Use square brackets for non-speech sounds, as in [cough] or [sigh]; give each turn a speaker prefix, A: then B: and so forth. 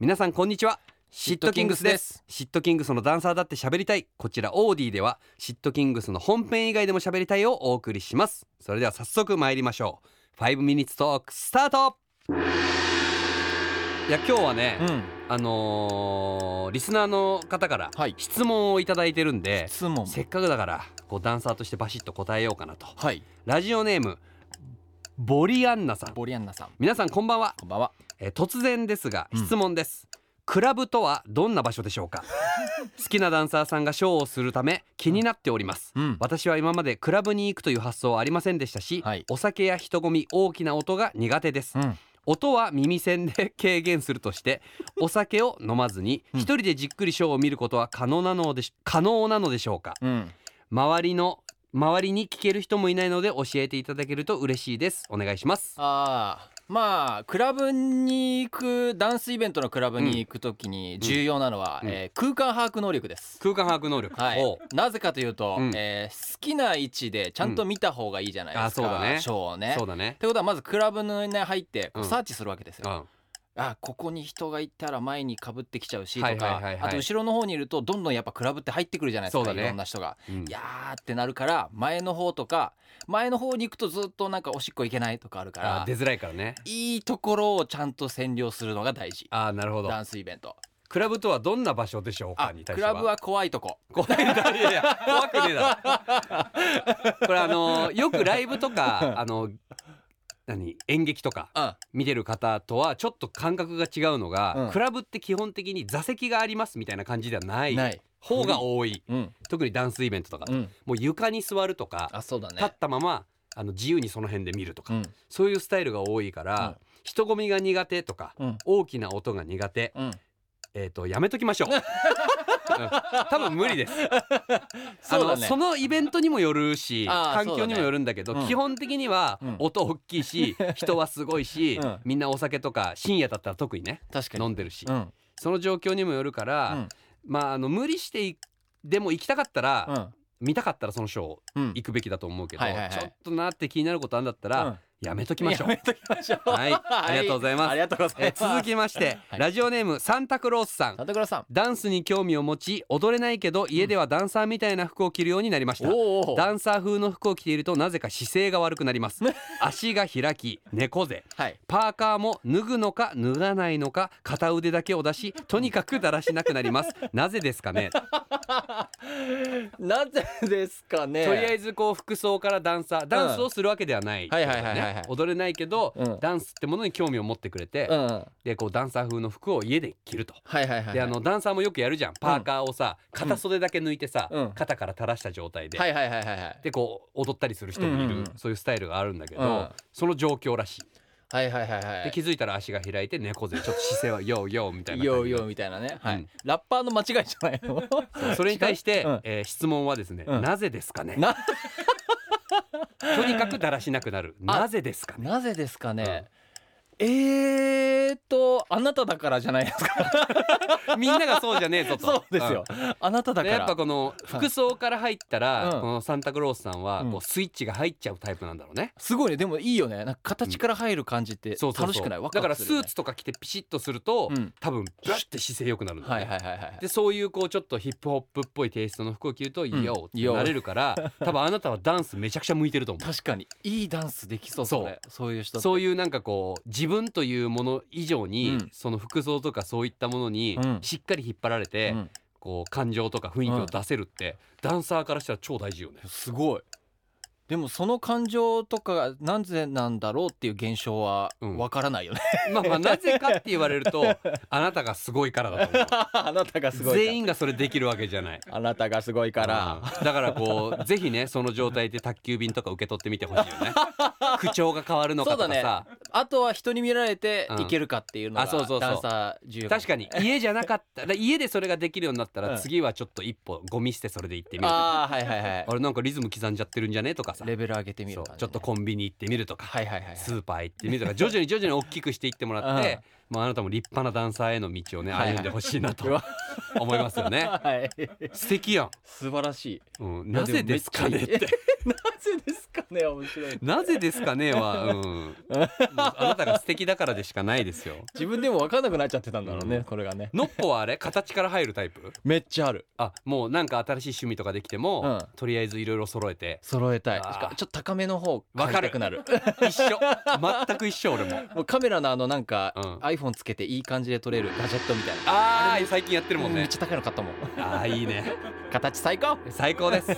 A: 皆さんこんにちはシ
B: シ
A: ッ
B: ッ
A: ト
B: ト
A: キ
B: キ
A: ン
B: ン
A: グ
B: グ
A: ス
B: ス
A: で
B: ですす
A: シットキングスのダンサーだって喋りたいこちらオーディではシットキングスの本編以外でも喋りたいをお送りしますそれでは早速参りましょう5ミニッツトークスタートいや今日はね、
B: うん
A: あのーリスナーの方から
B: はい
A: 質問をいただいてるんで、
B: 質問
A: せっかくだからこうダンサーとしてバシッと答えようかなと
B: はい
A: ラジオネームボリアンナさん
B: ボリアンナさん
A: 皆さんこんばんは
B: こんばんは
A: えー突然ですが
B: うん
A: 質問です、クラブとはどんな場所でしょ
B: [laughs]
A: うか好きなダンサーさんがショーをするため気になっております、
B: うん
A: 私は今までクラブに行くという発想はありませんでしたし、
B: はい
A: お酒や人混み大きな音が苦手です、
B: うん
A: 音は耳栓で軽減すると
B: [laughs]
A: してお酒を飲まずに
B: うん
A: 一人でじっくりショーを見ることは可能なのでし可能なのでしょうか
B: うん
A: 周りの周りに聞ける人もいないので教えていただけると嬉しいですお願いします
B: あーまあクラブに行くダンスイベントのクラブに行くときに重要なのは、
A: うん
B: えー空間把握能力です、
A: 空間把握能力、
B: は
A: おう
B: い、なぜかというと、
A: うん
B: えー好きな位置でちゃんと見た方がいいじゃないですか、
A: うんあそうだね
B: ショーをね
A: そうだね
B: ってことはまずクラブのね入って
A: う
B: こう
A: ん
B: サーチするわけですよ、
A: うん
B: あここに人がいたら前にかぶってきちゃうしとか、
A: はいはいはいはい
B: あと後ろの方にいるとどんどんやっぱクラブって入ってくるじゃないです
A: そう
B: か、
A: だね
B: いろんな人が
A: うん
B: いやーってなるから前の方とか前の方に行くとずっとなんかおしっこ行けないとかあるか
A: あー
B: ら
A: 出づらいからね
B: いいところをちゃんと占領するのが大事
A: あーなるほど
B: ダンスイベント
A: クラブとはどんな場所でしょうか
B: あ
A: に対し
B: ク
A: ては
B: ラブは怖いとこ
A: [laughs] 怖いだろいやいや怖くねえだろこれあ
B: [laughs]
A: のーよくライブとかあの何演劇とか
B: うん
A: 見てる方とはちょっと感覚が違うのが、
B: うん
A: クラブって基本的に座席がありますみたいな感じではない
B: ない
A: 方が多い
B: うん
A: 特にダンスイベントとか、
B: うん
A: もう床に座るとか、
B: あそうだ
A: 立っ
B: ね
A: たままあの自由にその辺で見るとか、
B: うん
A: そういうスタイルが多いから、人混みが苦手とか
B: うん
A: 大きな音が苦手
B: うん
A: えっ、とやめときましょう。
B: [laughs]
A: うん多分無理です。
B: そうだ
A: あの
B: ね
A: そのイベントにもよるし、
B: あー
A: 環境にもよるんだけど、
B: そうだねうん
A: 基本的には
B: うん
A: 音大きい
B: [laughs]
A: し、人はすごいし、
B: うん
A: みんなお酒とか深夜だったら特にね、
B: 確かに
A: 飲んでるし、
B: うん
A: その状況にもよるから、
B: うん
A: まああの無理していでも行きたかったら、
B: うん
A: 見たかったらそのショー
B: うん
A: 行くべきだと思うけど、
B: はいはいはい
A: ちょっとなって気になることあんだったら、
B: うん
A: やめときましょう
B: や。めときましょう
A: はい、ありがとうございます。
B: ありがとうござい
A: え
B: ます
A: 続きまして、
B: [laughs] はい
A: ラジオネームサンタクロースさん。
B: サンタクロさん
A: ダンスに興味を持ち踊れないけど家ではダンサーみたいな服を着るようになりました、
B: おーおー
A: ダンサー風の服を着ているとなぜか姿勢が悪くなります [laughs] 足が開き猫背 [laughs]
B: はい [laughs]
A: パーカーも脱ぐのか脱がないのか片腕だけを出しとにかくだらしなくなります
B: [laughs]
A: なぜですかね、
B: なぜですかね
A: とりあえ
B: ず
A: ずこう服装からダンサーダンスをするわけではない、
B: はいはいはいはいはい
A: 踊れないけど、
B: うん
A: ダンスってものに興味を持ってくれて、
B: うんはい
A: でこうダンサー風の服を家で着ると
B: はいはいはい
A: であのダンサーもよくやるじゃんパーカーをさ、片袖だけ抜いてさ、
B: うん
A: 肩から垂らした状態で、
B: はいはいはいはいはい
A: でこう踊ったりする人もいる、
B: うんうんうん
A: そういうスタイルがあるんだけど、
B: うん
A: その状況らしい、
B: はいはいはいは
A: で
B: い
A: 気づいたら足が開いて猫背ちょっと姿勢
B: [laughs]
A: はヨーヨーみたいな
B: よ
A: 感
B: う
A: じ
B: ようみたいなね、はい
A: うん
B: ラッパーの間違いじゃないの
A: それに
B: [laughs]
A: 対して、
B: 違ううん
A: えー質問はですね、
B: うん
A: なぜですかね
B: な
A: とにかくだらしなくなる
B: あ
A: なぜですかね
B: なぜですかね、えーっとあなただからじゃないですか
A: みんなが [laughs] そうじゃねえぞと
B: そうですよ、あなただ
A: で
B: から
A: やっぱこの服装から入ったら、
B: うん
A: このサンタクロースさんは
B: うん
A: こうスイッチが入っちゃうタイプなんだろうね、
B: すごいねでもいいよねなんか形から入る感じって
A: そうそうそう
B: 楽しくないワク
A: だか
B: ワ
A: ら
B: ク
A: ス
B: するよ
A: ー
B: ね
A: ツとか着てピシッとすると、
B: うん
A: 多分ブシュッて姿勢良くなるんだよ
B: は
A: ね
B: いはいはいはい
A: でそういうこうちょっとヒップホップっぽいテイストの服を着ると「
B: ん
A: よ」って
B: よ
A: なれるから、多分あなたはダンスめちゃくちゃ向いてると思
B: 確かにいいダンスできそう
A: そう
B: それ [laughs] そういう人
A: うそう
B: い
A: いうなんかこう自分というもの以上に、
B: うん
A: その服装とかそういったものに
B: うん
A: しっかり引っ張られて、こう感情とか雰囲気を出せるって、ダンサーからしたら超大事よね。
B: すごいでもその感情とかがなぜなんだろうっていう現象は
A: うん
B: わからないよね、
A: まあまあなぜかって言われる
B: [laughs]
A: とあなたがすごいからだと思う。
B: あなたがすごいから
A: 全員がそれできるわけじゃない。
B: あなたがすごいから、
A: うんだからこうぜひねその状態で宅急便とか受け取ってみてほしい
B: [laughs]
A: よね口調が変わるのかとか
B: そうだ
A: さ、
B: あとは人に見られて
A: うん
B: いけるかっていうのが、
A: あそうそうそう
B: ダンサー重要
A: 確かに家じゃなかっただ家でそれができるようになったら、
B: うん
A: 次はちょっと一歩ゴミ捨てそれで行ってみるとか
B: ああーはいはい
A: あ
B: は
A: れなんかリズム刻んじゃってるんじゃねとかさ
B: い [laughs] レベル上げてみる
A: そ
B: 感
A: う
B: じ
A: ちょ
B: ね
A: っとコンビニ行ってみるとか、
B: はいはいはいはい
A: スーパー行ってみるとか徐々に徐々に大きくしていってもらって、まあ、あなたも立派なダンサーへの道をね
B: はいはい
A: 歩んでほしいなと
B: うわ
A: 思いますよ
B: [laughs]
A: ね
B: はい
A: 素敵やん、
B: 素晴らしい
A: うん、
B: いや
A: なぜですかねっ
B: でもめっちゃ
A: て
B: いい [laughs] なぜですかね面白い
A: なぜですかねは、うん、もうあなたが素敵だからでしかないですよ
B: 自分でも分かんなくなっちゃってたんだろうね、
A: うん
B: これがね
A: ノッポはあれ形から入るタイプ
B: めっちゃある
A: あもうなんか新しい趣味とかできても、
B: うん
A: とりあえずいろいろ揃えて
B: 揃えたい
A: あー
B: しかもちょっと高めの方
A: わ
B: 買い
A: かる
B: たくなる
A: 一緒全く一緒俺も
B: [laughs] もうカメラのあのなんか、
A: うん
B: iPhone つけていい感じで撮れるガジェットみたいな
A: ああ最近やってるもん
B: めっ
A: ね
B: ちゃ高いの買ったもん
A: ああいいね
B: 形最高
A: 最高です